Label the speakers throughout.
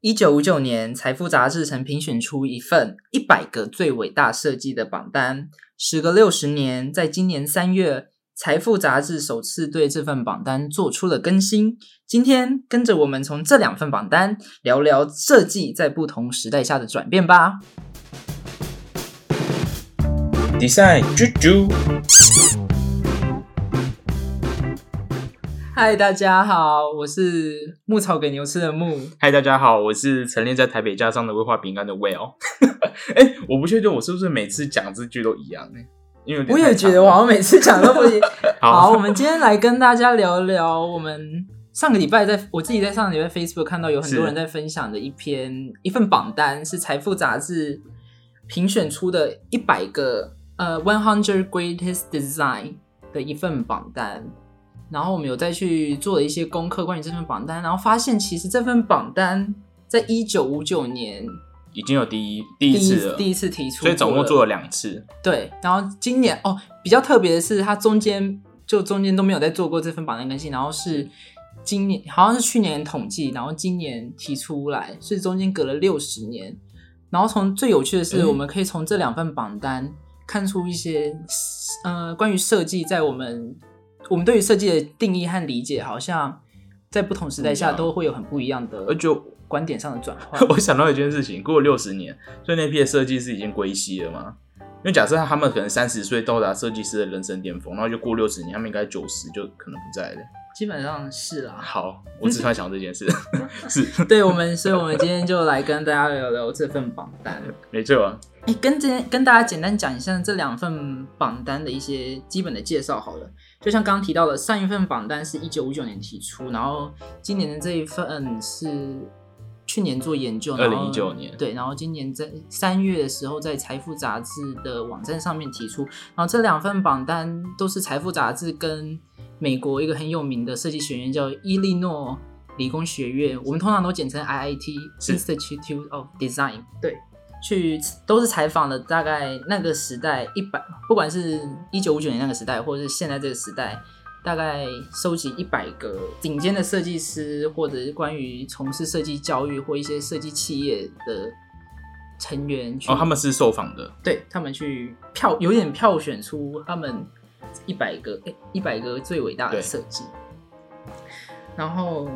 Speaker 1: 一九五九年，《财富》杂志曾评选出一份一百个最伟大设计的榜单。时隔六十年，在今年三月，《财富》杂志首次对这份榜单做出了更新。今天，跟着我们从这两份榜单聊聊设计在不同时代下的转变吧。
Speaker 2: Design 啾啾，
Speaker 1: 嗨，大家好，我是牧草给牛吃的牧。
Speaker 2: 嗨，大家好，我是陈列在台北架上的威化饼干的 Will。哎、 我不确定我是不是每次讲这句都一样呢、因为有点
Speaker 1: 我
Speaker 2: 太
Speaker 1: 也
Speaker 2: 长
Speaker 1: 觉得我
Speaker 2: 了
Speaker 1: 好像每次讲都不一样。好，
Speaker 2: 好
Speaker 1: 我们今天来跟大家聊聊我们上个礼拜在我自己在上个礼拜 Facebook 看到有很多
Speaker 2: 是
Speaker 1: 人在分享的一篇一份榜单，是财富杂志评选出的一百个呃 One Hundred Greatest Design 的一份榜单。然后我们有再去做了一些功课，关于这份榜单，然后发现其实这份榜单在一九五九年
Speaker 2: 已经有第一
Speaker 1: 第
Speaker 2: 第一次了，
Speaker 1: 第一次提出过了，
Speaker 2: 所以总共做了两次。
Speaker 1: 对，然后今年哦，比较特别的是，它中间就中间都没有再做过这份榜单更新，然后是今年好像是去年统计，然后今年提出来，所以中间隔了六十年。然后从最有趣的是，
Speaker 2: 嗯
Speaker 1: 我们可以从这两份榜单看出一些呃关于设计在我们我们对于设计的定义和理解，好像在不同时代下
Speaker 2: 不一样
Speaker 1: 都会有很不一样的
Speaker 2: 而且我
Speaker 1: 观点上的转换。
Speaker 2: 我想到一件事情，过了六十年，所以那批的设计师已经归西了吗？因为假设他们可能三十岁到达设计师的人生巅峰，然后就过六十年，他们应该九十就可能不在了。
Speaker 1: 基本上是啦、
Speaker 2: 好，我只突然想到 这件事，是
Speaker 1: 对我们，所以我们今天就来跟大家聊聊这份榜 单。
Speaker 2: 没错啊。
Speaker 1: 哎，跟这跟大家简单讲一下这两份榜单的一些基本的介绍好了。就像刚刚提到的，上一份榜单是一九五九年提出，然后今年的这一份嗯是去年做研究，然后
Speaker 2: 2019年
Speaker 1: 对，然后今年在三月的时候在《财富》杂志的网站上面提出，然后这两份榜单都是《财富》杂志跟美国一个很有名的设计学院叫伊利诺理工学院，我们通常都简称 IIT
Speaker 2: 嗯是
Speaker 1: Institute of Design，对，去都是采访了大概那个时代一百，不管是一九五九年那个时代，或者是现在这个时代。大概收集一百个顶尖的设计师，或者是关于从事设计教育或一些设计企业的成员去
Speaker 2: 哦，他们是受访的，
Speaker 1: 对他们去票，有点票选出他们一百个一百个最伟大的
Speaker 2: 对
Speaker 1: 设计。然后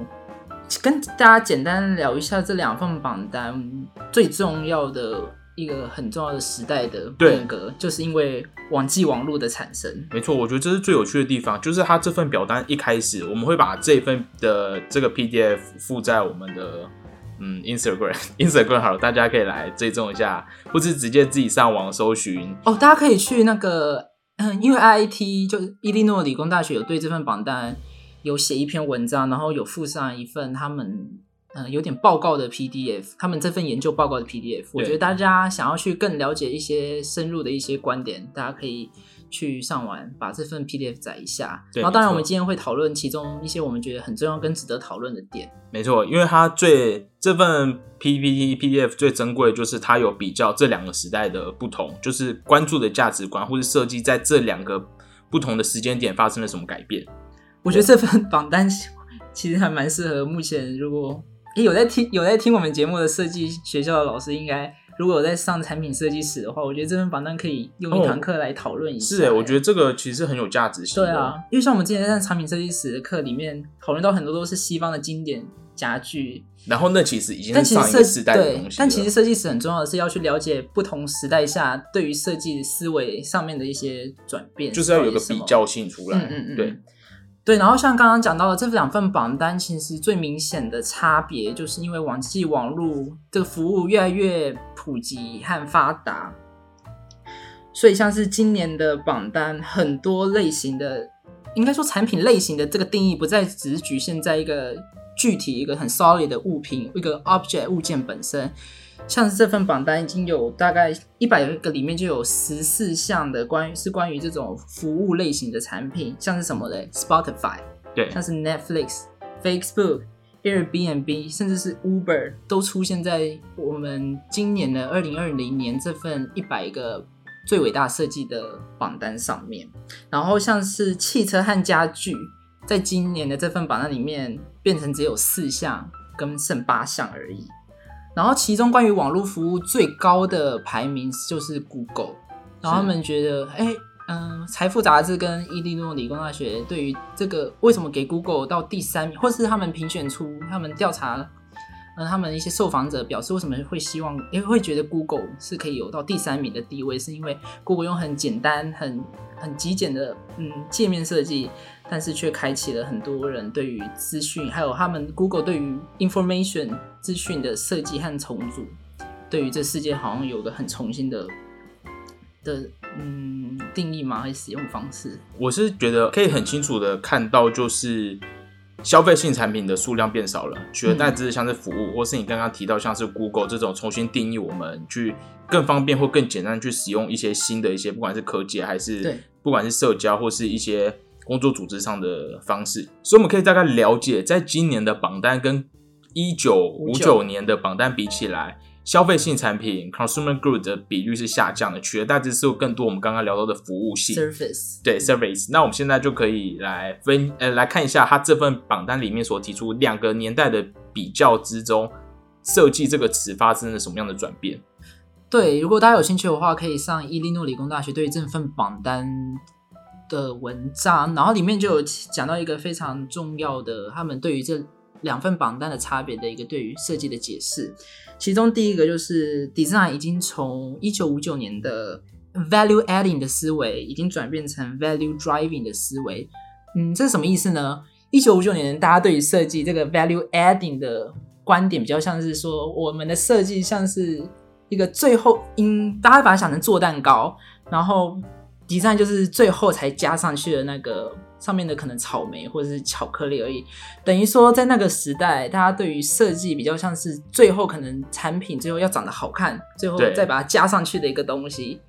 Speaker 1: 跟大家简单聊一下这两份榜单最重要的一个很重要的时代的
Speaker 2: 对
Speaker 1: 变革，就是因为网际网络的产生。
Speaker 2: 没错，我觉得这是最有趣的地方，就是它这份表单一开始，我们会把这份的这个 PDF 附在我们的嗯 Instagram Instagram 好了，大家可以来追踪一下，或是直接自己上网搜寻。
Speaker 1: 哦，大家可以去那个，嗯，因为 IIT 就是伊利诺理工大学有对这份榜单有写一篇文章，然后有附上一份他们嗯有点报告的 PDF，他们这份研究报告的 PDF。我
Speaker 2: 对
Speaker 1: 觉得大家想要去更了解一些深入的一些观点，大家可以去上网把这份 PDF 载一下。
Speaker 2: 对
Speaker 1: 然后，当然我
Speaker 2: 没错
Speaker 1: 们今天会讨论其中一些我们觉得很重要跟值得讨论的点。
Speaker 2: 没错，因为它最这份 PPT PDF 最珍贵，就是它有比较这两个时代的不同，就是关注的价值观或是设计在这两个不同的时间点发生了什么改变。
Speaker 1: 我觉得这份榜单其实还蛮适合目前如果诶有在听有在听我们节目的设计学校的老师，应该如果有在上产品设计史的话，我觉得这份榜单可以用一堂课来讨论一下。
Speaker 2: 是哎、我觉
Speaker 1: 得
Speaker 2: 得这个其实很有价值性
Speaker 1: 对
Speaker 2: 的。
Speaker 1: 啊，因为像我们之前在产品设计史的课里面讨论到很多都是西方的经典家具，
Speaker 2: 然后那其实已经
Speaker 1: 但
Speaker 2: 是
Speaker 1: 其实
Speaker 2: 上一
Speaker 1: 设
Speaker 2: 个时
Speaker 1: 计
Speaker 2: 代的东
Speaker 1: 对
Speaker 2: 西了，
Speaker 1: 但其实设计史很重要的是要去了解不同时代下对于设计思维上面的一些转变，
Speaker 2: 就是要有
Speaker 1: 到
Speaker 2: 个
Speaker 1: 底是什
Speaker 2: 比
Speaker 1: 么
Speaker 2: 较性出来。
Speaker 1: 嗯嗯嗯，
Speaker 2: 对，
Speaker 1: 对。然后像刚刚讲到的这两份榜单，其实最明显的差别，就是因为网际网络这个服务越来越普及和发达，所以像是今年的榜单，很多类型的，应该说产品类型的这个定义，不再只是局限在一个具体一个很 solid 的物品，一个 object 物件本身。像是这份榜单已经有大概一百个里面就有十四项的关于是关于这种服务类型的产品，像是什么嘞？Spotify，
Speaker 2: 对
Speaker 1: 像是 Netflix、Facebook、Airbnb，甚至是 Uber 都出现在我们今年的二零二零年这份一百个最伟大设计的榜单上面。然后像是汽车和家具，在今年的这份榜单里面变成只有四项跟剩八项而已。然后其中关于网络服务最高的排名就是 Google，然后他们觉得，哎、嗯、财富杂志跟伊利诺理工大学对于这个为什么给 Google 到第三名，或是他们评选出他们调查，呃，他们一些受访者表示为什么会希望，也会觉得 Google 是可以有到第三名的地位，是因为 Google 用很简单、很很极简的嗯界面设计，但是却开启了很多人对于资讯，还有他们 Google 对于 information 资讯的设计和重组，对于这世界好像有个很重新的的嗯定义吗？还是使用方式？
Speaker 2: 我是觉得可以很清楚的看到，就是消费性产品的数量变少了，取而代之的像是服务，或是你刚刚提到像是 Google 这种重新定义我们去更方便或更简单去使用一些新的一些，不管是科技啊还
Speaker 1: 对
Speaker 2: 是不管是社交或是一些工作组织上的方式，所以我们可以大概了解，在今年的榜单跟一九五九年的榜单比起来。消费性产品 （consumer good） 的比率是下降的，取而代之是有更多我们刚刚聊到的服务性。
Speaker 1: Surface
Speaker 2: 对 service。那我们现在就可以来分呃来看一下它这份榜单里面所提出两个年代的比较之中，设计这个词发生了什么样的转变？
Speaker 1: 对，如果大家有兴趣的话，可以上伊利诺理工大学对这份榜单的文章，然后里面就有讲到一个非常重要的，他们对于这两份榜单的差别的一个对于设计的解释。其中第一个就是 design 已经从一九五九年的 value adding 的思维，已经转变成 value driving 的思维。嗯，这是什么意思呢？一九五九年，大家对于设计这个 value adding 的观点，比较像是说，我们的设计像是一个最后因，大家把它想成做蛋糕，然后 design 就是最后才加上去的那个上面的可能草莓或者是巧克力而已。等于说，在那个时代，大家对于设计比较像是最后可能产品最后要长得好看，最后
Speaker 2: 对
Speaker 1: 再把它加上去的一个东西。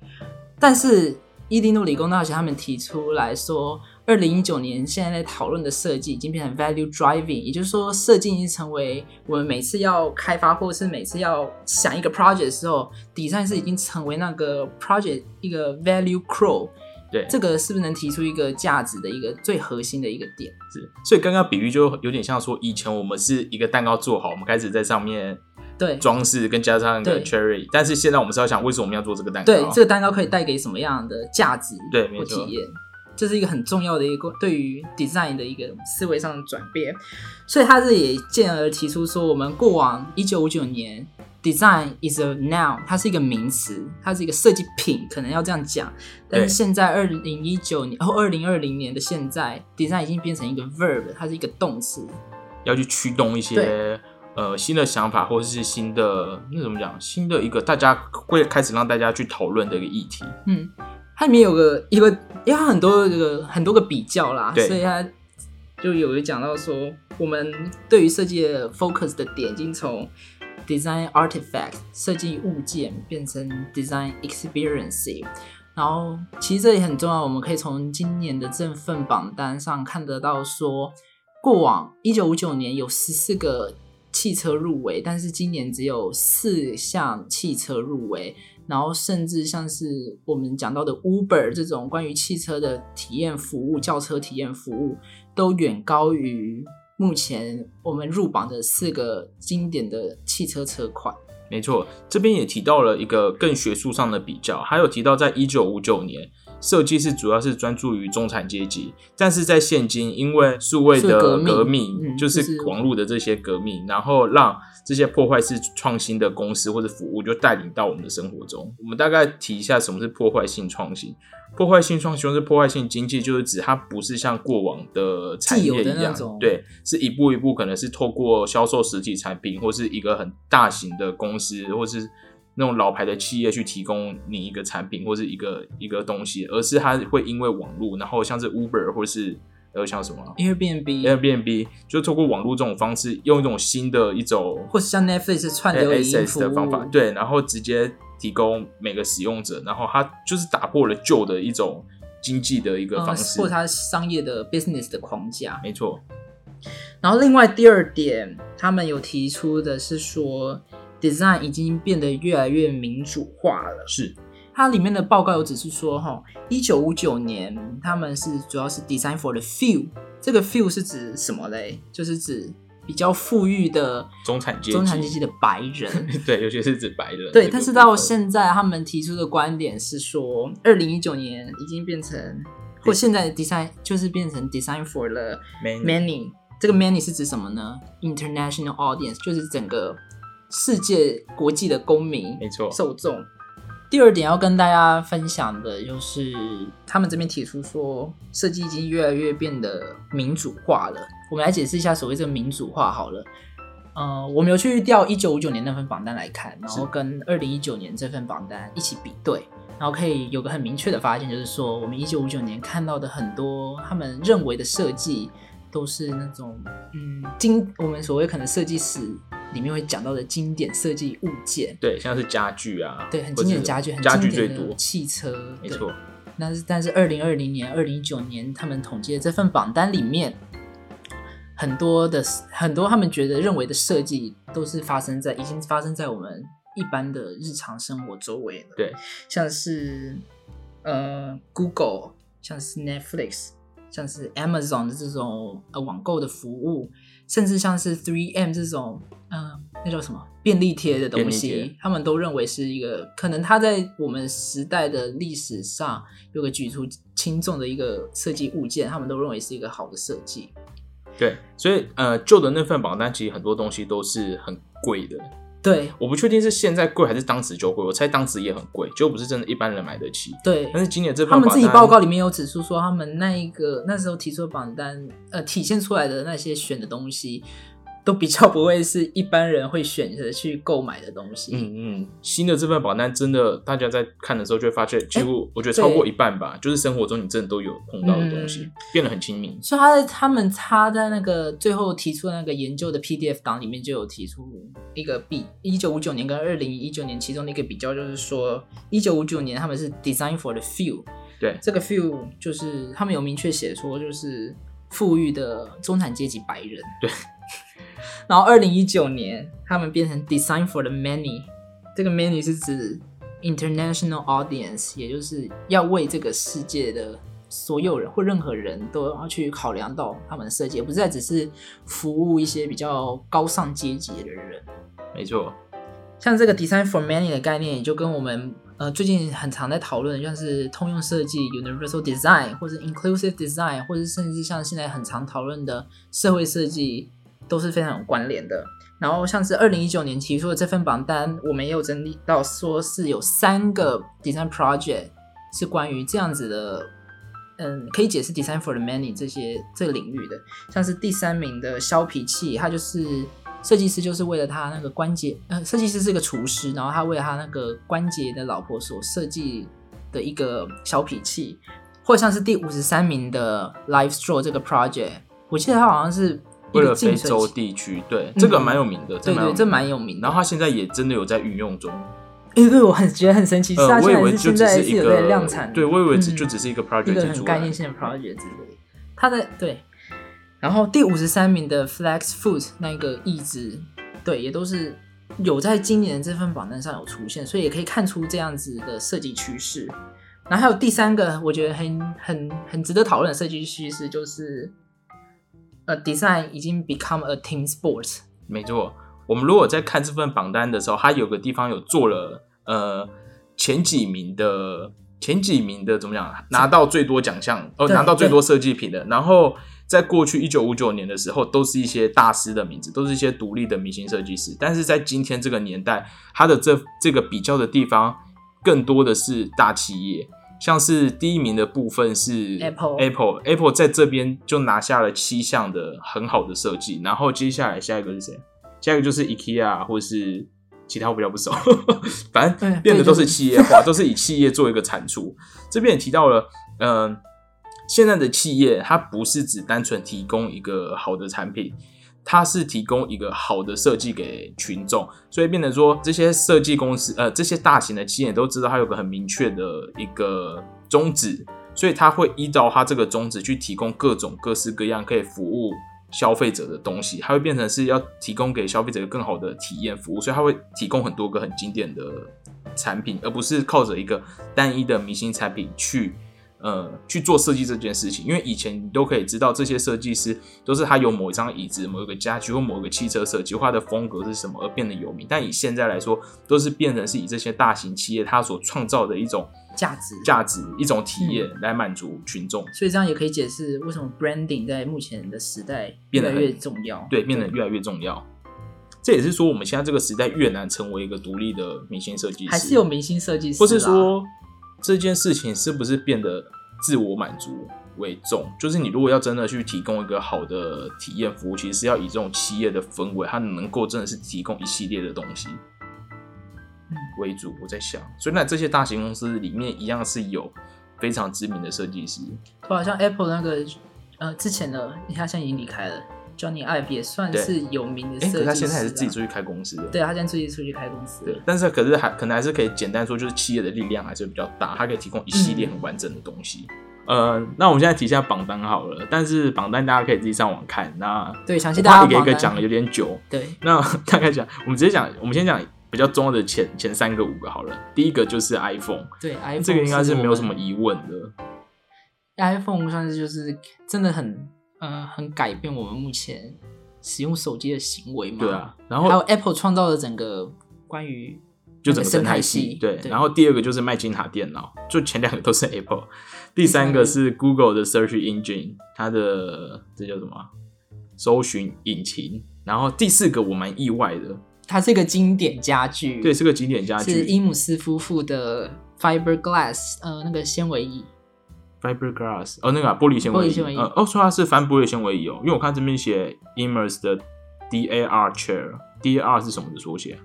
Speaker 1: 但是伊利诺理工大学他们提出来说，二零一九年现在在讨论的设计已经变成 value driving，也就是说，设计已经成为我们每次要开发或是每次要想一个 project 的时候，design 是已经成为那个 project 一个 value crow。
Speaker 2: 对，
Speaker 1: 这个是不是能提出一个价值的一个最核心的一个点？
Speaker 2: 是所以刚刚比喻就有点像说，以前我们是一个蛋糕做好，我们开始在上面
Speaker 1: 对，
Speaker 2: 装饰，跟加上一个
Speaker 1: 对
Speaker 2: cherry，但是现在我们是要想为什么我们要做这个蛋糕？
Speaker 1: 对这个蛋糕可以带给什么样的价值
Speaker 2: 对
Speaker 1: 或
Speaker 2: 没
Speaker 1: 体
Speaker 2: 错
Speaker 1: 验？这是一个很重要的一个对于 design 的一个思维上的转变，所以他这也进而提出说，我们过往一九五九年 design is a noun，它是一个名词，它是一个设计品，可能要这样讲。但是
Speaker 2: 对
Speaker 1: 现在二零一九年哦，二零二零年的现在，design 已经变成一个 verb，它是一个动词，
Speaker 2: 要去驱动
Speaker 1: 对
Speaker 2: 一些呃新的想法，或者是新的那怎么讲，新的一个大家会开始让大家去讨论的一个议题。
Speaker 1: 嗯，它里面有个一个，因为它很多这个很多个比较啦，
Speaker 2: 对
Speaker 1: 所以它就有讲到说，我们对于设计的 focus 的点已经从 design artifact 设计物件变成 design experience。然后，其实这也很重要，我们可以从今年的这份榜单上看得到说，过往一九五九年有十四个汽车入围，但是今年只有四项汽车入围，然后甚至像是我们讲到的 Uber 这种关于汽车的体验服务、轿车体验服务，都远高于目前我们入榜的四个经典的汽车车款。
Speaker 2: 没错，这边也提到了一个更学术上的比较，还有提到在一九五九年，设计是主要是专注于中产阶级，但是在现今，因为数位
Speaker 1: 是
Speaker 2: 的
Speaker 1: 革
Speaker 2: 革
Speaker 1: 命
Speaker 2: 命，
Speaker 1: 嗯
Speaker 2: 就
Speaker 1: 就是
Speaker 2: 是网络的这些革命，然后让这些破坏式创新的公司或者服务就带领到我们的生活中。我们大概提一下什么是破坏性创新。破坏性创新或是破坏性经济，就是指它不是像过往的产
Speaker 1: 既有
Speaker 2: 业
Speaker 1: 的
Speaker 2: 一
Speaker 1: 那
Speaker 2: 样
Speaker 1: 种，
Speaker 2: 对，是一步一步，可能是透过销售实体产品，或是一个很大型的公司，或是那种老牌的企业去提供你一个产品或是一个一个东西，而是它会因为网络，然后像是 Uber 或是呃像什
Speaker 1: 嗯
Speaker 2: 么呃
Speaker 1: Airbnb
Speaker 2: Airbnb，就透过网络这种方式，用一种新的一种
Speaker 1: 或是像 Netflix
Speaker 2: 呃哎
Speaker 1: 串流影音
Speaker 2: ASS
Speaker 1: 服
Speaker 2: 的方法，
Speaker 1: 务，
Speaker 2: 对，然后直接提供每个使用者，然后它就是打破了旧的一种经济的一个
Speaker 1: 呃
Speaker 2: 方式，
Speaker 1: 或它商业的 business 的框架。
Speaker 2: 没错，
Speaker 1: 然后另外第二点，他们有提出的是说，design 已经变得越来越民主化了。
Speaker 2: 是
Speaker 1: 它里面的报告有指出说，哈，一九五九年他们是主要是 design for the few，这个 few 是指什么嘞？就是指比较富裕的
Speaker 2: 中产阶级，
Speaker 1: 中产阶级的白人。
Speaker 2: 对，尤其是指白人。
Speaker 1: 对，但是到
Speaker 2: 现。
Speaker 1: 现在他们提出的观点是说，二零一九年已经变成，或现在的 design 就是变成 design for the
Speaker 2: Man
Speaker 1: many。这个 many 是指什么呢？International audience 就是整个世界国际的公民
Speaker 2: 没错，
Speaker 1: 受众。第二点要跟大家分享的就是，他们这边提出说，设计已经越来越变得民主化了。我们来解释一下所谓这个民主化好了。呃，我们有去调一九五九年那份榜单来看，然后
Speaker 2: 是
Speaker 1: 跟二零一九年这份榜单一起比对，然后可以有个很明确的发现，就是说我们一九五九年看到的很多他们认为的设计，都是那种嗯经我们所谓可能设计史里面会讲到的经典设计物件，
Speaker 2: 对，像是家具啊，
Speaker 1: 对，很
Speaker 2: 或
Speaker 1: 经典
Speaker 2: 者
Speaker 1: 的家具，很
Speaker 2: 家具
Speaker 1: 经
Speaker 2: 最
Speaker 1: 典的
Speaker 2: 多，
Speaker 1: 汽车，
Speaker 2: 没
Speaker 1: 对
Speaker 2: 错，
Speaker 1: 但是但是二零二零年、二零一九年他们统计的这份榜单里面，很多的很多他们觉得认为的设计都是发生在已经发生在我们一般的日常生活周围了。
Speaker 2: 对，
Speaker 1: 像是呃 Google，像是 Netflix，像是 Amazon 的这种呃网购的服务，甚至像是 3M 这种呃那叫什么便利贴的东
Speaker 2: 便利贴
Speaker 1: 西，他们都认为是一个可能它在我们时代的历史上有个举足轻重的一个设计物件，他们都认为是一个好的设计。
Speaker 2: 对，所以呃，旧的那份榜单其实很多东西都是很贵的，
Speaker 1: 对
Speaker 2: 我不确定是现在贵还是当时就贵，我猜当时也很贵，就不是真的一般人买得起。
Speaker 1: 对，
Speaker 2: 但是今年这份
Speaker 1: 他们
Speaker 2: 榜
Speaker 1: 自己
Speaker 2: 单
Speaker 1: 报告里面有指出说，他们那一个那时候提出的榜单，呃，体现出来的那些选的东西，都比较不会是一般人会选择去购买的东西。
Speaker 2: 嗯嗯，新的这份榜单真的，大家在看的时候就会发现，几乎我觉得超
Speaker 1: 对
Speaker 2: 过一半吧，就是生活中你真的都有碰到的东西，
Speaker 1: 嗯
Speaker 2: 变得很亲民。
Speaker 1: 所以他在他们他在那个最后提出的那个研究的 PDF 档里面就有提出一个比一九五九年跟二零一九年其中的一个比较，就是说一九五九年他们是 design for the few，
Speaker 2: 对
Speaker 1: 这个 few 就是他们有明确写说就是富裕的中产阶级白人，
Speaker 2: 对。
Speaker 1: 然后二零一九年他们变成 design for the many，这个 many 是指 international audience，也就是要为这个世界的所有人或任何人都要去考量到他们的设计，而不是再只是服务一些比较高尚阶级的人。
Speaker 2: 没错，
Speaker 1: 像这个 design for many 的概念，也就跟我们呃最近很常在讨论，像是通用设计 （universal design） 或者 inclusive design，或者甚至像现在很常讨论的社会设计，都是非常有关联的。然后像是二零一九年提出的这份榜单，我们也有整理到，说是有三个 design project 是关于这样子的，嗯，可以解释 design for the many 这些这个领域的。像是第三名的削皮器，他就是设计师，就是为了他那个关节，呃，设计师是个厨师，然后他为了他那个关节的老婆所设计的一个削皮器，或者像是第五十三名的 Live Straw 这个 project，我记得他好像是一
Speaker 2: 为
Speaker 1: 个
Speaker 2: 了
Speaker 1: 净
Speaker 2: 非
Speaker 1: 水
Speaker 2: 洲
Speaker 1: 器
Speaker 2: 地区，对这个
Speaker 1: 嗯
Speaker 2: 蛮有名的，
Speaker 1: 对
Speaker 2: 蛮
Speaker 1: 对，
Speaker 2: 有名
Speaker 1: 这
Speaker 2: 的
Speaker 1: 蛮有名的。
Speaker 2: 然后它现在也真的有在运用中，
Speaker 1: 哎、对我很觉得很神奇，是
Speaker 2: 呃
Speaker 1: 它，
Speaker 2: 我
Speaker 1: 现
Speaker 2: 以
Speaker 1: 在
Speaker 2: 为
Speaker 1: 是
Speaker 2: 就
Speaker 1: 现
Speaker 2: 只
Speaker 1: 在
Speaker 2: 是
Speaker 1: 是
Speaker 2: 一
Speaker 1: 有在
Speaker 2: 个
Speaker 1: 量产的，
Speaker 2: 对我以为只
Speaker 1: 嗯
Speaker 2: 就只是一个
Speaker 1: 一个
Speaker 2: project 提
Speaker 1: 很
Speaker 2: 出
Speaker 1: 概
Speaker 2: 来
Speaker 1: 念，性的 project 之类的。它的对，然后第五十三名的 Flex Foot 那个意志，对，也都是有在今年这份榜单上有出现，所以也可以看出这样子的设计趋势。然后还有第三个，我觉得很很很值得讨论的设计趋势就是，呃，design 已经 become a team sport。
Speaker 2: 没错。我们如果在看这份榜单的时候，它有个地方有做了呃前几名的前几名的怎么讲，拿到最多奖项，哦，
Speaker 1: 对
Speaker 2: 拿到最多设计品的。然后在过去一九五九年的时候，都是一些大师的名字，都是一些独立的明星设计师。但是在今天这个年代，它的这这个比较的地方更多的是大企业。像是第一名的部分是
Speaker 1: Apple
Speaker 2: Apple Apple 在这边就拿下了七项的很好的设计，然后接下来下一个是谁？下一个就是 IKEA 或是其他我比较不熟，反正
Speaker 1: 嗯
Speaker 2: 变得
Speaker 1: 对
Speaker 2: 都
Speaker 1: 就是
Speaker 2: 是企业化，都是以企业做一个产出。这边也提到了，嗯、现在的企业它不是只单纯提供一个好的产品，它是提供一个好的设计给群众，所以变得说这些设计公司，呃，这些大型的企业都知道它有个很明确的一个宗旨，所以它会依照它这个宗旨去提供各种各式各样可以服务消费者的东西，它会变成是要提供给消费者更好的体验服务，所以它会提供很多个很经典的产品，而不是靠着一个单一的明星产品去呃去做设计这件事情，因为以前你都可以知道这些设计师都是他有某一张椅子、某一个家具或某一个汽车设计，或它的风格是什么而变得有名。但以现在来说，都是变成是以这些大型企业它所创造的一种
Speaker 1: 价值。
Speaker 2: 价值、一种体验来满足群众，
Speaker 1: 所以这样也可以解释为什么 branding 在目前的时代越
Speaker 2: 变得
Speaker 1: 来
Speaker 2: 很
Speaker 1: 越重要。
Speaker 2: 对，变得越来越重要。这也是说，我们现在这个时代越难成为一个独立的明星设计师，
Speaker 1: 还是有明星设计师，
Speaker 2: 或是，说这件事情是不是变得自我满足为重？就是你如果要真的去提供一个好的体验服务，其实是要以这种企业的氛围，它能够真的是提供一系列的东西
Speaker 1: 嗯
Speaker 2: 为主。我在想，所以那这些大型公司里面一样是有非常知名的设计师，
Speaker 1: 就好像 Apple 那个呃之前的，他现在已经离开了，Johnny Ive 也算
Speaker 2: 对
Speaker 1: 是有名的
Speaker 2: 哎、
Speaker 1: 设计师、啊
Speaker 2: 可是他现在还是自己出去开公司的。
Speaker 1: 对他现在自己出去开公司
Speaker 2: 对
Speaker 1: 了，，
Speaker 2: 但是可是还可能还是可以简单说，就是企业的力量还是比较大，它可以提供一系列很完整的东西。呃，那我们现在提一下榜单好了，但是榜单大家可以自己上网看。那
Speaker 1: 对，详细
Speaker 2: 我
Speaker 1: 大家
Speaker 2: 怕一个一个
Speaker 1: 榜单
Speaker 2: 讲的有点久，
Speaker 1: 对，
Speaker 2: 那大概讲，我们直接讲，我们先讲比较重要的前前三个五个好了。第一个就是 iPhone，
Speaker 1: 对，iPhone
Speaker 2: 这个应该是没有什
Speaker 1: 我
Speaker 2: 么
Speaker 1: 们
Speaker 2: 疑问的。
Speaker 1: iPhone 算是就是真的很呃很改变我们目前使用手机的行为嘛。
Speaker 2: 对啊，，然
Speaker 1: 还有
Speaker 2: 后
Speaker 1: Apple 创造了整个关于
Speaker 2: 就整个
Speaker 1: 生
Speaker 2: 生
Speaker 1: 态
Speaker 2: 态
Speaker 1: 系
Speaker 2: 系，对。
Speaker 1: 对
Speaker 2: 然后第二个就是麦金塔 电脑，就前两个都是 Apple，第三个是 Google 的 Search Engine，它的这叫什么啊搜寻引擎。然后第四个我蛮意外的，
Speaker 1: 它是一个经典家具，
Speaker 2: 对，是个景点家
Speaker 1: 是
Speaker 2: 具
Speaker 1: 伊姆斯夫妇的 fiberglass，呃，那个纤维椅。
Speaker 2: ，fiberglass，哦，那个啊、玻璃纤维
Speaker 1: 玻璃纤维
Speaker 2: 椅，呃，哦，说它是帆玻璃纤维椅哦，因为我看这边写 Immers 的 D A R chair，D A R 是什么的缩写啊？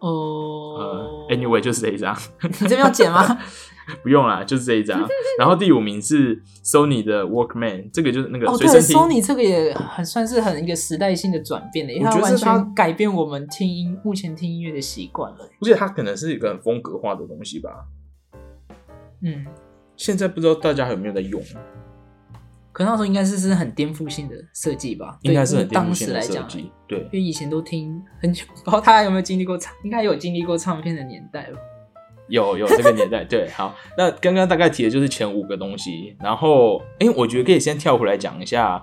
Speaker 1: 哦
Speaker 2: 呃、、a n y w a y 就是这一张，
Speaker 1: 你这边要剪吗？
Speaker 2: 不用啦，就是这一张。然后第五名是 Sony 的 Walkman，这个就是那个
Speaker 1: 哦，
Speaker 2: 随
Speaker 1: 对
Speaker 2: 身听。
Speaker 1: ，Sony 这个也很算是很一个时代性的转变的，因为
Speaker 2: 我
Speaker 1: 它
Speaker 2: 觉得
Speaker 1: 完
Speaker 2: 是它
Speaker 1: 全改变我们听音目前听音乐的习惯了。
Speaker 2: 而且它可能是一个很风格化的东西吧。
Speaker 1: 嗯，
Speaker 2: 现在不知道大家有没有在用，
Speaker 1: 可那时候应该是是很颠覆性的设计吧？
Speaker 2: 应该是很
Speaker 1: 对
Speaker 2: 颠
Speaker 1: 当
Speaker 2: 覆
Speaker 1: 时
Speaker 2: 性
Speaker 1: 来
Speaker 2: 的设
Speaker 1: 讲，因
Speaker 2: 计。对，
Speaker 1: 为以前都听很久，不知道大家有没有经历过唱， 应该有经历过唱片的年代吧？
Speaker 2: 有有这个年代。对，好，那刚刚大概提的就是前五个东西，然后，哎、我觉得可以先跳回来讲一下，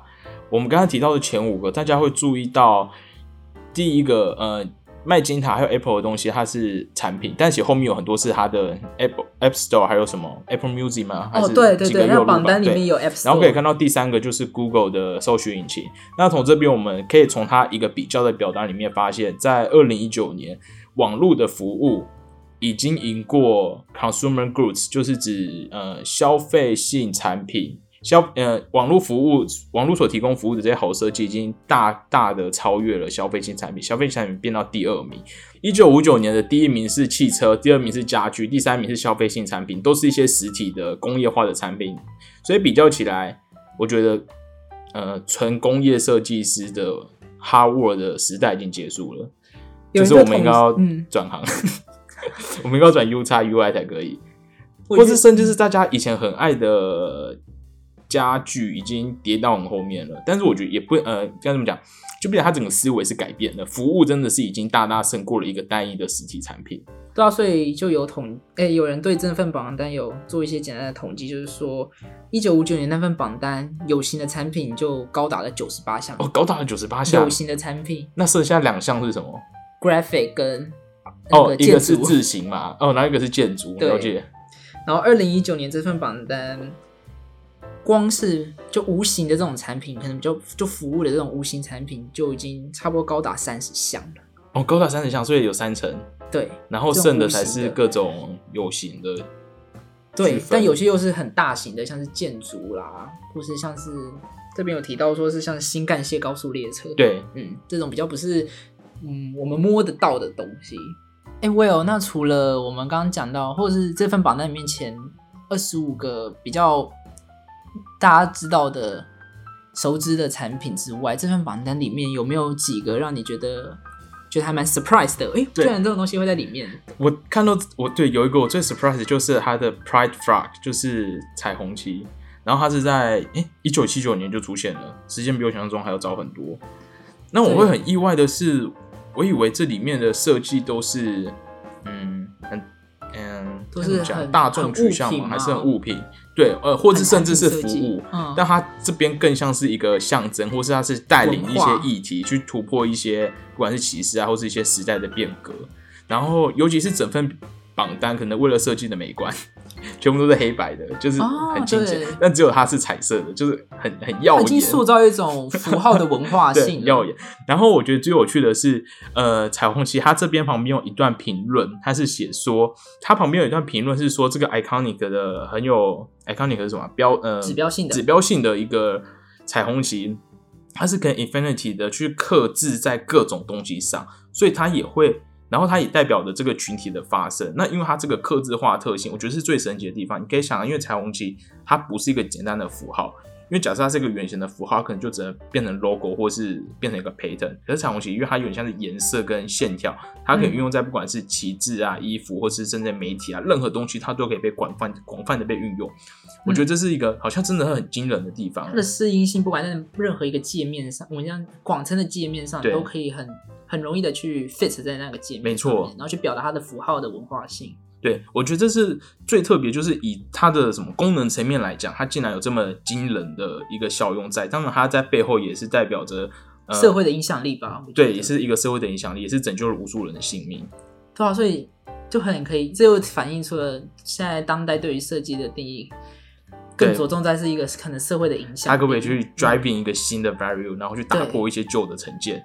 Speaker 2: 我们刚刚提到的前五个，大家会注意到第一个，呃。麦金塔还有 Apple 的东西，它是产品，但其实后面有很多是它的 Apple App Store，还有什么 Apple Music 吗？还
Speaker 1: 哦，
Speaker 2: 是
Speaker 1: 对对
Speaker 2: 几个
Speaker 1: 对，
Speaker 2: 右
Speaker 1: 那
Speaker 2: 路吧
Speaker 1: 榜单里
Speaker 2: 对
Speaker 1: 面有 App Store，
Speaker 2: 然后可以看到第三个就是 Google 的搜寻引擎。那从这边我们可以从它一个比较的表单里面发现，在二零一九年，网络的服务已经赢过 consumer goods，就是指呃消费性产品。消呃，网络服务，网络所提供服务的这些好设计已经大大的超越了消费性产品，消费性产品变到第二名。一九五九年的第一名是汽车，第二名是家居，第三名是消费性产品，都是一些实体的工业化的产品，所以比较起来，我觉得，呃，纯工业设计师的 hard work 的时代已经结束了，
Speaker 1: 有人
Speaker 2: 就是
Speaker 1: 在
Speaker 2: 我们应该要
Speaker 1: 统嗯
Speaker 2: 转行， 我们应该要转 U 叉 UI 才可以，
Speaker 1: 我
Speaker 2: 或
Speaker 1: 觉
Speaker 2: 是
Speaker 1: 得
Speaker 2: 甚至是大家以前很爱的家具已经跌到很后面了，但是我觉得也不呃该怎么讲，就变成他整个思维是改变了，服务真的是已经大大胜过了一个单一的实体产品。
Speaker 1: 对啊，所以就有统，哎、有人对这份榜单有做一些简单的统计，就是说，一九五九年那份榜单有形的产品就高达了九十八项，
Speaker 2: 哦，高达了九十八项
Speaker 1: 有，形的产品
Speaker 2: 那剩下两项是什么？
Speaker 1: graphic 跟那
Speaker 2: 哦
Speaker 1: 个，
Speaker 2: 一
Speaker 1: 建
Speaker 2: 个是
Speaker 1: 筑。
Speaker 2: 字形嘛，哦，然后一个是建筑，
Speaker 1: 对
Speaker 2: 了解。
Speaker 1: 然后二零一九年这份榜单，光是就无形的这种产品，可能就就服务的这种无形产品就已经差不多高达三十项了。
Speaker 2: 哦，高达三十项，所以有三层，
Speaker 1: 对
Speaker 2: 然后
Speaker 1: 这种
Speaker 2: 剩的
Speaker 1: 无形
Speaker 2: 才是
Speaker 1: 的
Speaker 2: 各种有形的。
Speaker 1: 对
Speaker 2: 区，分
Speaker 1: 但有些又是很大型的，像是建筑啦，或是像是这边有提到说是像新干线高速列车。
Speaker 2: 对，
Speaker 1: 嗯，这种比较不是嗯我们摸得到的东西。哎、w i l l 那除了我们刚刚讲到，或者是这份榜单里面前二十五个比较大家知道的、熟知的产品之外，这份榜单里面有没有几个让你觉得觉得还蛮 surprise 的？哎、居
Speaker 2: 对
Speaker 1: 然这种东西会在里面。
Speaker 2: 我看到我对有一个我最 surprise 的就是它的 Pride Flag，就是彩虹旗，然后它是在诶一九七九年就出现了，时间比我想象中还要早很多。那我
Speaker 1: 对
Speaker 2: 会很意外的是，我以为这里面的设计都是嗯很嗯
Speaker 1: 都都
Speaker 2: 怎
Speaker 1: 是
Speaker 2: 么讲
Speaker 1: 很
Speaker 2: 大众取向
Speaker 1: 很物
Speaker 2: 嘛，
Speaker 1: 品
Speaker 2: 还是很物品？对，呃，或是甚至是服务，
Speaker 1: 很产品设计嗯
Speaker 2: 但它这边更像是一个象征，或是它是带领一些
Speaker 1: 文化
Speaker 2: 议题去突破一些不管是歧视啊，或是一些时代的变革。然后，尤其是整份榜单，可能为了设计的美观， 全部都是黑白的，就是
Speaker 1: 哦
Speaker 2: 很清简
Speaker 1: 对，
Speaker 2: 但只有它是彩色的，就是很很耀
Speaker 1: 它已经
Speaker 2: 眼，
Speaker 1: 塑造一种符号的文化
Speaker 2: 对，
Speaker 1: 性
Speaker 2: 很
Speaker 1: 了
Speaker 2: 耀眼。然后我觉得最有趣的是，呃，彩虹旗它这边旁边有一段评论，它是写说，它旁边有一段评论是说这个 iconic 的很有 iconic 是什么啊标呃
Speaker 1: 指标性的
Speaker 2: 指标性的一个彩虹旗，它是跟 infinity 的去克制在各种东西上，所以它也会。然后它也代表着这个群体的发生。那因为它这个克制化特性，我觉得是最神奇的地方。你可以想啊，因为彩虹旗它不是一个简单的符号，因为假设它是一个圆形的符号，它可能就只能变成 logo 或是变成一个 pattern。可是彩虹旗，因为它有点像是颜色跟线条，它可以
Speaker 1: 嗯
Speaker 2: 运用在不管是旗帜啊、衣服，或是甚至媒体啊，任何东西它都可以被广泛广泛的被运用。我觉得这是一个好像真的很惊人的地方
Speaker 1: 它。的适应性，不管在任何一个界面上，我们像广称的界面上，
Speaker 2: 对
Speaker 1: 都可以很很容易的去 fit 在那个界面，
Speaker 2: 没错，
Speaker 1: 然后去表达它的符号的文化性。
Speaker 2: 对，我觉得这是最特别，就是以它的什么功能层面来讲，它竟然有这么惊人的一个效用在。当然，它在背后也是代表着、呃、
Speaker 1: 社会的影响力吧，我觉得
Speaker 2: 对，也是一个社会的影响力，也是拯救了无数人的性命。
Speaker 1: 对啊，所以就很可以，这又反映出了现在当代对于设计的定义，
Speaker 2: 对
Speaker 1: 更着重在是一个可能社会的影响
Speaker 2: 它
Speaker 1: 力。
Speaker 2: 可不可
Speaker 1: 嗯
Speaker 2: 以去 driving 一个新的 value，然后去打破一些旧的成见？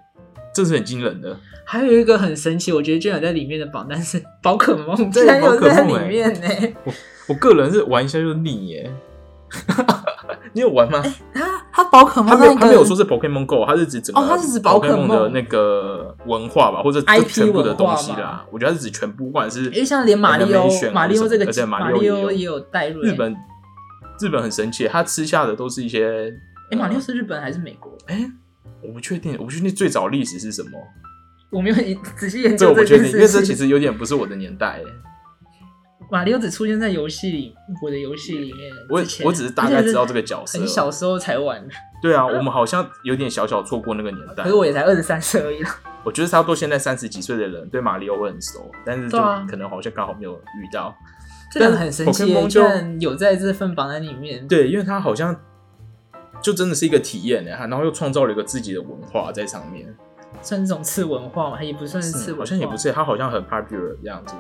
Speaker 2: 这是很惊人的。
Speaker 1: 还有一个很神奇，我觉得居然有在里面的榜单是宝可梦，居
Speaker 2: 对
Speaker 1: 然有在
Speaker 2: 宝可梦欸
Speaker 1: 里面呢、
Speaker 2: 我个人是玩一下就腻耶。 你有玩吗？
Speaker 1: 啊，它宝可
Speaker 2: 他
Speaker 1: 梦
Speaker 2: 没
Speaker 1: 那
Speaker 2: 有，
Speaker 1: 个
Speaker 2: 他没有说是 Pokemon Go，他是指整个
Speaker 1: 哦它是指宝
Speaker 2: 宝
Speaker 1: 可
Speaker 2: 可梦的
Speaker 1: 梦
Speaker 2: 那个文化吧，或者
Speaker 1: IP
Speaker 2: 全部的东西
Speaker 1: 文化
Speaker 2: 啦。我觉得它是指全部，不管是
Speaker 1: 因为像连马里奥
Speaker 2: animation 还是什么，哦
Speaker 1: 马里奥这
Speaker 2: 而且
Speaker 1: 个
Speaker 2: 马
Speaker 1: 马
Speaker 2: 里
Speaker 1: 里
Speaker 2: 奥
Speaker 1: 奥
Speaker 2: 也
Speaker 1: 也有带入欸
Speaker 2: 日，本，日本很神奇，他吃下的都是一些
Speaker 1: 哎，马里奥是日本还是美国？
Speaker 2: 哎，我不确定，我不确定最早历史是什么，
Speaker 1: 我没有仔细研
Speaker 2: 这
Speaker 1: 究
Speaker 2: 我不确
Speaker 1: 件
Speaker 2: 定，因为这
Speaker 1: 事
Speaker 2: 其
Speaker 1: 情。
Speaker 2: 实有点不是我的年代。哎
Speaker 1: 马里奥只出现在游戏里，我的游戏里面。
Speaker 2: 我
Speaker 1: 之前
Speaker 2: 我只是大概知道这
Speaker 1: 而
Speaker 2: 个角
Speaker 1: 且是，
Speaker 2: 色啊
Speaker 1: 很小时候才玩，
Speaker 2: 对啊，我们好像有点小小错过那个年代
Speaker 1: 嗯可是。我也才二十三岁而已 啦。
Speaker 2: 我觉得差不多现在三十几岁的人对马里奥会很熟，但是就
Speaker 1: 对啊
Speaker 2: 可能好像刚好没有遇到。
Speaker 1: 这个很神奇耶
Speaker 2: Pokemon，就
Speaker 1: 居然有在这份榜单里面。
Speaker 2: 对，因为它好像就真的是一个体验欸呢，然后又创造了一个自己的文化在上面，嗯
Speaker 1: 算是一种次文化嘛，也不算是次文化，
Speaker 2: 好像也不，是，它好像很 popular 这样子。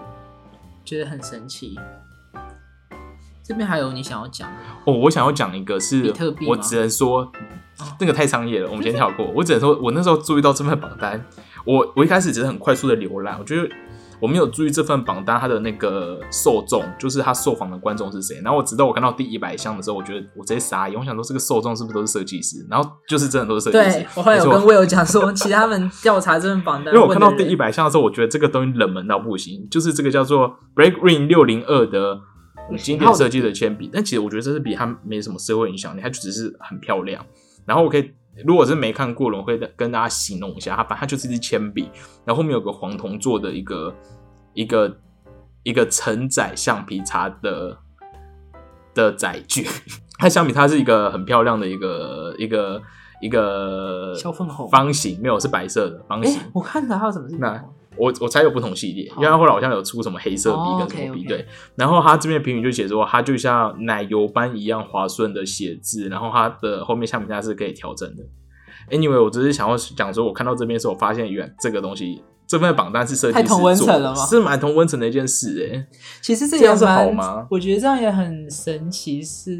Speaker 1: 觉得很神奇。这边还有你想要讲的吗？
Speaker 2: 哦，我想要讲一个是
Speaker 1: 比特币，吗
Speaker 2: 我只能说那个太商业了，我们先跳过。我只能说，我那时候注意到这份榜单，我我一开始只是很快速的浏览，我觉得。我没有注意这份榜单它的那个受众，就是他受访的观众是谁。然后我直到我看到第一百项的时候，我觉得我直接傻眼，我想说这个受众是不是都是设计师？然后就是真的都是设计师
Speaker 1: 对。我后来有
Speaker 2: 没错
Speaker 1: 跟 Will 讲说，其实他们调查这份榜单，
Speaker 2: 因为我看到
Speaker 1: 问的
Speaker 2: 第
Speaker 1: 人
Speaker 2: 一百项的时候，我觉得这个东西冷门到不行，就是这个叫做 Break Ring 六零二的嗯经典设计的铅笔。但其实我觉得这支笔它没什么社会影响力，它就只是很漂亮。然后我可以，如果是没看过的，我会跟大家形容一下，它反正它就是一支铅笔，然后后面有个黄铜做的一个一个一个承载橡皮擦的的载具。它橡皮擦是一个很漂亮的一个一个一个
Speaker 1: 小粉红
Speaker 2: 方形，没有是白色的方形。
Speaker 1: 哎，我看到还有什么是
Speaker 2: 那我我猜有不同系列，因为它后来好像有出什么黑色笔
Speaker 1: 哦
Speaker 2: 跟什么笔，
Speaker 1: OK，OK
Speaker 2: 对。然后他这边评语就写说，它就像奶油般一样滑顺的写字，然后它的后面橡皮擦是可以调整的。Anyway，我只是想要讲说，我看到这边的时候，我发现原来这个东西这份榜单是设计
Speaker 1: 太
Speaker 2: 师
Speaker 1: 同温层
Speaker 2: 做的
Speaker 1: 了吗
Speaker 2: 是蛮同温层的一件事哎、
Speaker 1: 其实这
Speaker 2: 这
Speaker 1: 也
Speaker 2: 样是好
Speaker 1: 蛮
Speaker 2: 吗，
Speaker 1: 我觉得这样也很神奇是。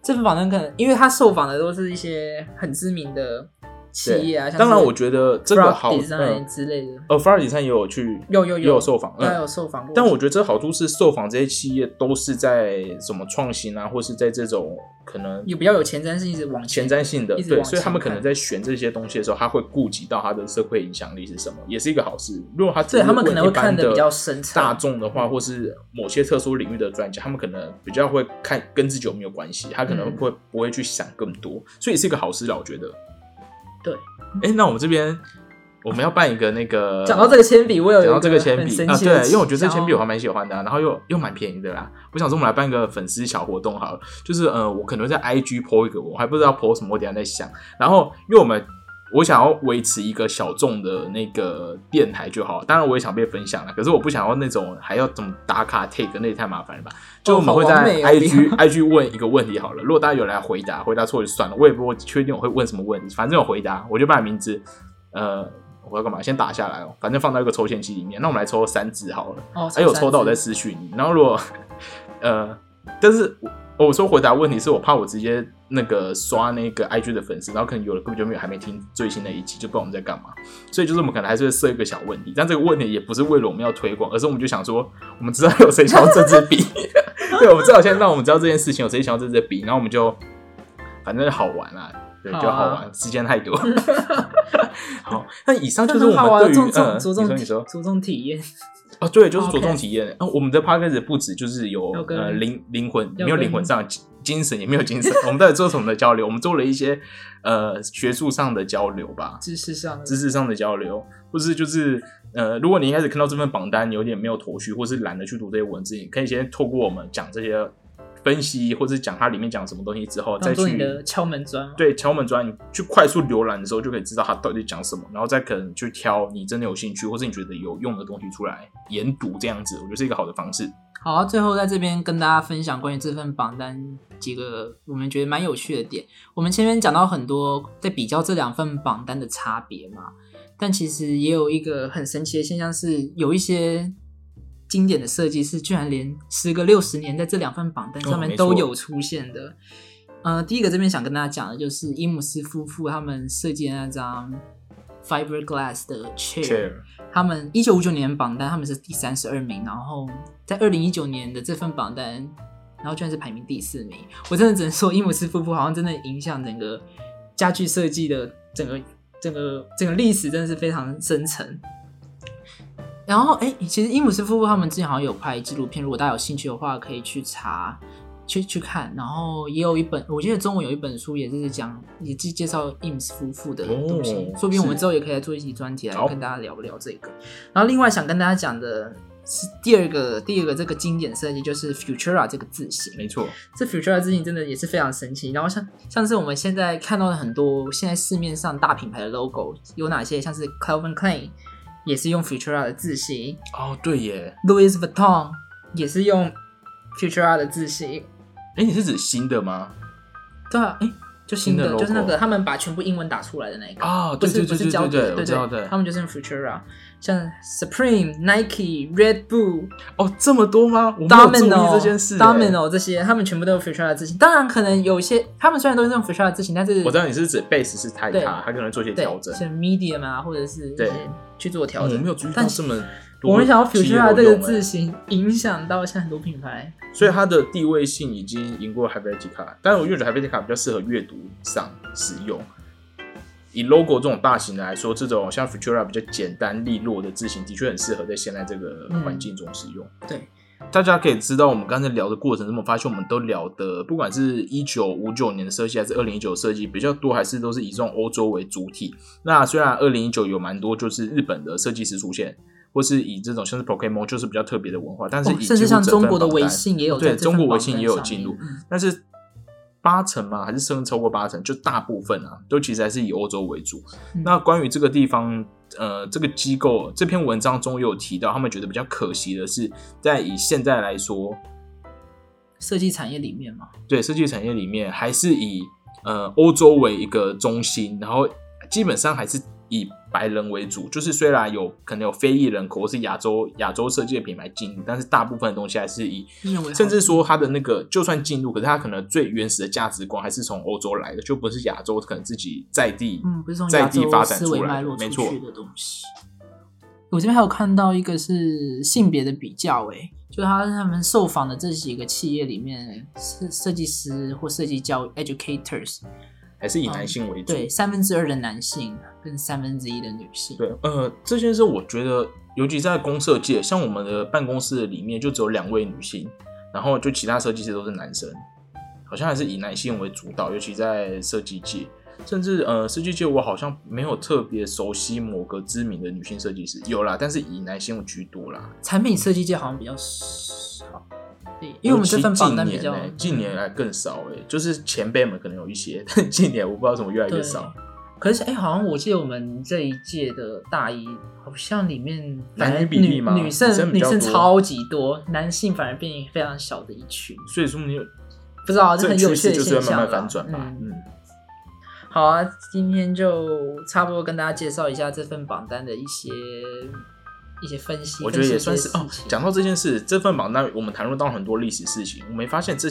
Speaker 1: 这份访谈可能，因为他受访的都是一些很知名的企
Speaker 2: 对，
Speaker 1: 业啊，像
Speaker 2: 当然
Speaker 1: 是
Speaker 2: 我觉得这个
Speaker 1: Frog
Speaker 2: 好，
Speaker 1: design
Speaker 2: 嗯，
Speaker 1: 之类的，
Speaker 2: 呃，法尔迪山也有去，
Speaker 1: 有有
Speaker 2: 也
Speaker 1: 有
Speaker 2: 有受访，
Speaker 1: 对
Speaker 2: 嗯
Speaker 1: 啊，有受访过。
Speaker 2: 但我觉得这好处是，受访这些企业都是在什么创新啊，或是在这种可能
Speaker 1: 有比较有前瞻性，一直往前
Speaker 2: 前瞻性的，
Speaker 1: 一直
Speaker 2: 对，
Speaker 1: 往
Speaker 2: 所以他们
Speaker 1: 前
Speaker 2: 可
Speaker 1: 看
Speaker 2: 能在选这些东西的时候，他会顾及到他的社会影响力是什么，也是一个好事。如果他只
Speaker 1: 对
Speaker 2: 是
Speaker 1: 他们可
Speaker 2: 问
Speaker 1: 能
Speaker 2: 一
Speaker 1: 会看
Speaker 2: 般
Speaker 1: 得
Speaker 2: 的
Speaker 1: 比较深层
Speaker 2: 大众的话，或是某些特殊领域的专家，他们可能比较会看跟自己有没有关系，他可能
Speaker 1: 嗯
Speaker 2: 会不会去想更多，所以是一个好事啦，我觉得。
Speaker 1: 对，
Speaker 2: 哎，那我们这边我们要办一个那个，
Speaker 1: 讲到这个铅笔，我有
Speaker 2: 讲到
Speaker 1: 一
Speaker 2: 这个铅笔
Speaker 1: 很神
Speaker 2: 啊，
Speaker 1: 奇的
Speaker 2: 对，因为我觉得这
Speaker 1: 想
Speaker 2: 铅笔
Speaker 1: 要
Speaker 2: 我还蛮喜欢的啊、然后又又蛮便宜的啦。我想说我们来办一个粉丝小活动好了，就是呃，我可能会在 IG PO 一个，我还不知道 PO 什么，我等一下再想。然后因为我们我想要维持一个小众的那个电台就好，当然我也想被分享了，可是我不想要那种还要怎么打卡 take，那也太麻烦了吧？就我们会
Speaker 1: 好完
Speaker 2: 在
Speaker 1: 美哦
Speaker 2: IG、IG 问一个问题好了，如果大家有来回答，回答错就算了，我也不确定我会问什么问题，反正有回答我就把名字，呃，我要干嘛？先打下来哦，反正放到一个抽签机里面，那我们来抽三只好了。
Speaker 1: 哦，
Speaker 2: 还有抽到我再私讯你。然后如果 呃，但是我我说回答问题是我怕我直接那个刷那个 IG 的粉丝，然后可能有人根本就没有还没听最新的一期，就不知道我们在干嘛。所以就是我们可能还是会设一个小问题，但这个问题也不是为了我们要推广，而是我们就想说，我们知道有谁想要这支笔， 对，我们至少先让我们知道这件事情有谁想要这支笔，然后我们就反正好玩啦、对，就
Speaker 1: 好啊
Speaker 2: 好玩，时 间太多。好，那以上就是
Speaker 1: 很好
Speaker 2: 我
Speaker 1: 玩，
Speaker 2: 们对
Speaker 1: 着
Speaker 2: 于
Speaker 1: 重着
Speaker 2: 嗯，你说
Speaker 1: 重
Speaker 2: 你说，
Speaker 1: 着重体验，
Speaker 2: 啊，对，就是着
Speaker 1: 哦 OK
Speaker 2: 重体验。啊，我们的 podcast 不止就是有
Speaker 1: 有跟
Speaker 2: 呃灵灵魂，
Speaker 1: 有
Speaker 2: 没有
Speaker 1: 跟
Speaker 2: 灵魂上精精神也没有精 神。我们到底做什么的交流？我们做了一些呃学术上的交流吧，
Speaker 1: 知识上的
Speaker 2: 知识上的交流，或是就是呃，如果你一开始看到这份榜单有点没有头绪，或是懒得去读这些文字，你可以先透过我们讲这些分析，或是讲它里面讲什么东西之后，再
Speaker 1: 当做你
Speaker 2: 去
Speaker 1: 的敲门砖嘛。
Speaker 2: 对敲门砖，你去快速浏览的时候就可以知道它到底讲什么，然后再可能去挑你真的有兴趣或是你觉得有用的东西出来研读，这样子我觉得是一个好的方式。
Speaker 1: 好啊，最后在这边跟大家分享关于这份榜单几个我们觉得蛮有趣的点。我们前面讲到很多在比较这两份榜单的差别嘛，但其实也有一个很神奇的现象是，有一些经典的设计是居然连时隔六十年在这两份榜单上
Speaker 2: 哦
Speaker 1: 面
Speaker 2: 没错
Speaker 1: 都有出现的。呃，第一个这边想跟大家讲的就是伊姆斯夫妇他们设计的那张 fiberglass 的
Speaker 2: Chair
Speaker 1: 他们一九五九年榜单他们是第三十二名，然后在二零一九年的这份榜单，然后居然是排名第四名。我真的只能说，伊姆斯夫妇好像真的影响整个家具设计的整个整个整个历史，真的是非常深沉。然后，哎，其实伊姆斯夫妇他们之前好像有拍纪录片，如果大家有兴趣的话，可以去查。去去看，然后也有一本，我记得中文有一本书也是讲，也介介绍 IMS 夫妇的东西，
Speaker 2: 哦
Speaker 1: 说不定我们
Speaker 2: 是
Speaker 1: 之后也可以来做一期专题来
Speaker 2: 好
Speaker 1: 跟大家聊聊这个。然后另外想跟大家讲的是第二个第二个这个经典设计就是 Futura 这个字形，
Speaker 2: 没错，
Speaker 1: 这 Futura 字形真的也是非常神奇。然后像像是我们现在看到的很多现在市面上大品牌的 logo 有哪些，像是 Calvin Klein 也是用 Futura 的字形
Speaker 2: 哦对耶，
Speaker 1: ，Louis Vuitton 也是用 Futura 的字形，
Speaker 2: 哎，你是指新的吗？
Speaker 1: 对啊，哎，就新的
Speaker 2: 新的 logo
Speaker 1: 就是那个他们把全部英文打出来的那一个。
Speaker 2: 啊，
Speaker 1: 不
Speaker 2: 对
Speaker 1: 是
Speaker 2: 对
Speaker 1: 不
Speaker 2: 对
Speaker 1: 是
Speaker 2: 对
Speaker 1: 胶
Speaker 2: 对
Speaker 1: 卷
Speaker 2: 对，我知道对
Speaker 1: 他。们就是 Futura，像 Supreme、Nike、Red Bull、
Speaker 2: 哦，这么多吗？我没有注意
Speaker 1: Domino
Speaker 2: 这件事耶。
Speaker 1: Domino 这哦些，他们全部都有 Futura 的字型。当然，可能有些他们虽然都是用 Futura 的字型，但是
Speaker 2: 我知道你是指 base 是太
Speaker 1: 对
Speaker 2: 卡，它可能做一些
Speaker 1: 对
Speaker 2: 调整。
Speaker 1: 像 medium 啊，或者是一
Speaker 2: 对
Speaker 1: 些去做调
Speaker 2: 我
Speaker 1: 整。
Speaker 2: 没有注意到
Speaker 1: 但
Speaker 2: 这么多。
Speaker 1: 我们想要
Speaker 2: 企业
Speaker 1: Futura
Speaker 2: 都
Speaker 1: 这
Speaker 2: 用
Speaker 1: 个
Speaker 2: 耶
Speaker 1: 字型影响到现在很多品牌，
Speaker 2: 所以它的地位性已经赢过 Helvetica，但是我越觉得 Helvetica 比较适合阅读上使用。以 logo 这种大型的来说，这种像 Futura 比较简单利落的字型，的确很适合在现在这个环境中使用。
Speaker 1: 对，
Speaker 2: 大家可以知道，我们刚才聊的过程中，我们发现我们都聊的，不管是一九五九年的设计还是二零一九设计比较多，还是都是以这种欧洲为主体。那虽然二零一九有蛮多就是日本的设计师出现，或是以这种像是 Pokemon 就是比较特别的文化，但是
Speaker 1: 哦
Speaker 2: 以
Speaker 1: 甚
Speaker 2: 几
Speaker 1: 至
Speaker 2: 乎
Speaker 1: 像
Speaker 2: 整
Speaker 1: 中
Speaker 2: 份
Speaker 1: 国的
Speaker 2: 榜
Speaker 1: 微
Speaker 2: 单
Speaker 1: 信也有
Speaker 2: 对
Speaker 1: 哦在这
Speaker 2: 中
Speaker 1: 份
Speaker 2: 国微
Speaker 1: 榜
Speaker 2: 信
Speaker 1: 单
Speaker 2: 也有
Speaker 1: 上
Speaker 2: 进
Speaker 1: 面
Speaker 2: 入
Speaker 1: 嗯
Speaker 2: 但是八成嘛，还是甚至超过八成，就大部分啊，都其实还是以欧洲为主。
Speaker 1: 嗯
Speaker 2: 那关于这个地方，呃，这个机构这篇文章中也有提到，他们觉得比较可惜的是，在以现在来说，
Speaker 1: 设计产业里面嘛，
Speaker 2: 对设计产业里面，还是以呃欧洲为一个中心，然后基本上还是以白人为主。就是虽然有可能有非裔人口或是亚洲亚洲设计的品牌进入，但是大部分的东西还是以
Speaker 1: 认为
Speaker 2: 甚至说他的那个就算进入，可是他可能最原始的价值观还是从欧洲来的，就不是亚洲可能自己在地。
Speaker 1: 嗯，不是从
Speaker 2: 在
Speaker 1: 亚
Speaker 2: 地
Speaker 1: 洲
Speaker 2: 发展
Speaker 1: 思
Speaker 2: 出
Speaker 1: 维
Speaker 2: 来
Speaker 1: 脉
Speaker 2: 的
Speaker 1: 络
Speaker 2: 没
Speaker 1: 出
Speaker 2: 错
Speaker 1: 去的东西。我这边还有看到一个是性别的比较、欸，就是他他们受访的这几个企业里面，设设计师或设计教 educators，
Speaker 2: 还是以男性为主。
Speaker 1: 哦对，三分之二的男性跟三分之一的女性，
Speaker 2: 对，呃，这件事我觉得，尤其在公社界，像我们的办公室里面就只有两位女性，然后就其他设计师都是男生，好像还是以男性为主导，尤其在设计界，甚至呃，设计界我好像没有特别熟悉某个知名的女性设计师，有啦，但是以男性居多啦。
Speaker 1: 产品设计界好像比较少，对，因为我们这份
Speaker 2: 尤其
Speaker 1: 榜
Speaker 2: 近
Speaker 1: 单比
Speaker 2: 年
Speaker 1: 较嗯
Speaker 2: 欸欸近年来更少哎、就是前辈们可能有一些，但近年我不知道怎么越来越
Speaker 1: 对
Speaker 2: 少。
Speaker 1: 可是哎、好像我记得我们这一届的大一，好像里面反
Speaker 2: 男
Speaker 1: 正
Speaker 2: 女比例吗
Speaker 1: 女女
Speaker 2: 女
Speaker 1: 生
Speaker 2: 生比较
Speaker 1: 生
Speaker 2: 多
Speaker 1: 超级多，男性反而变非常小的一群，
Speaker 2: 所以说你有
Speaker 1: 不知道
Speaker 2: 这
Speaker 1: 这
Speaker 2: 个
Speaker 1: 很有趣
Speaker 2: 趋势
Speaker 1: 的
Speaker 2: 就是
Speaker 1: 现
Speaker 2: 要慢
Speaker 1: 象啦
Speaker 2: 慢反转吧。
Speaker 1: 嗯
Speaker 2: 嗯，
Speaker 1: 好啊，今天就差不多跟大家介绍一下这份榜单的一些一些分析，
Speaker 2: 我觉得也
Speaker 1: 跟一些
Speaker 2: 算是哦
Speaker 1: 事。情
Speaker 2: 讲到这件事，这份榜单我们谈论到很多历史事情，我们发现这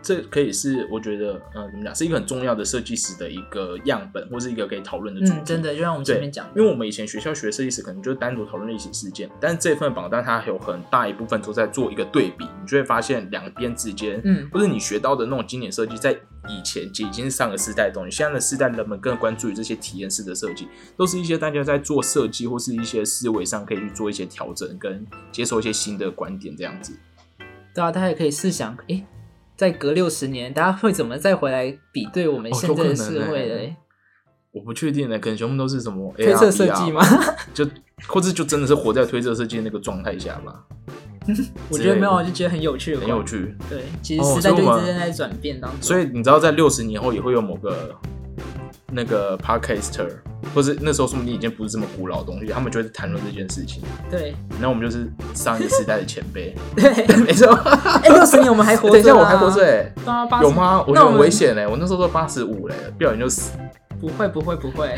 Speaker 2: 这可以是我觉得呃怎么讲，是一个很重要的设计师的一个样本，或是一个可以讨论的主题。
Speaker 1: 嗯，真的，就像我们前
Speaker 2: 对
Speaker 1: 面讲的，
Speaker 2: 因为我们以前学校学设计史，可能就单独讨论历史事件，但这份榜单它有很大一部分都在做一个对比，你就会发现两边之间，
Speaker 1: 嗯
Speaker 2: 或者你学到的那种经典设计，在以前已经是上个世代的东西，现在的世代人们更关注于这些体验式的设计，都是一些大家在做设计或是一些思维上可以去做一些调整，跟接受一些新的观点这样子。
Speaker 1: 对啊，大家也可以试想，诶，在隔六十年，大家会怎么再回来比对我们
Speaker 2: 哦
Speaker 1: 现
Speaker 2: 有
Speaker 1: 在
Speaker 2: 可
Speaker 1: 的
Speaker 2: 能
Speaker 1: 社会嘞？
Speaker 2: 我不确定呢，可能全部都是什么哎
Speaker 1: 推
Speaker 2: AR
Speaker 1: 测设计吗？？
Speaker 2: 就或者就真的是活在推测设计的那个状态下吧，
Speaker 1: 我觉得没有，
Speaker 2: 之类的
Speaker 1: 我就觉得很有趣的
Speaker 2: 很
Speaker 1: 观
Speaker 2: 有趣。
Speaker 1: 对，其实
Speaker 2: 哦
Speaker 1: 时代
Speaker 2: 所以
Speaker 1: 就
Speaker 2: 我
Speaker 1: 一
Speaker 2: 们
Speaker 1: 直在转变当中。
Speaker 2: 所以你知道，在六十年后也会有某个那个 podcaster，或是那时候说不定已经不是这么古老的东西，他们就会谈论这件事情。
Speaker 1: 对
Speaker 2: 那我们就是上一个时代的前辈，
Speaker 1: 对，
Speaker 2: 没错。
Speaker 1: 哎，六十年我们还活着，
Speaker 2: 等一下，我还活着，哎、
Speaker 1: 八八
Speaker 2: 有？吗？我觉
Speaker 1: 那
Speaker 2: 得
Speaker 1: 我们
Speaker 2: 很危险欸嘞、我那时候都八十五嘞，欸不小心就死。
Speaker 1: 不会不会不会，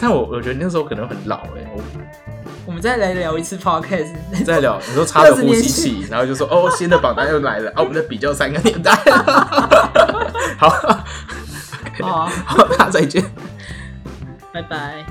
Speaker 2: 但我我觉得那时候可能很老哎、我
Speaker 1: 我们再来聊一次 podcast。
Speaker 2: 再聊，你说插着
Speaker 1: 20
Speaker 2: 呼吸
Speaker 1: 年
Speaker 2: 器，然后就说哦，新的榜单又来了，啊，我们在比较三个年 代。好，
Speaker 1: 好啊，
Speaker 2: 好，大家再见。
Speaker 1: 拜拜。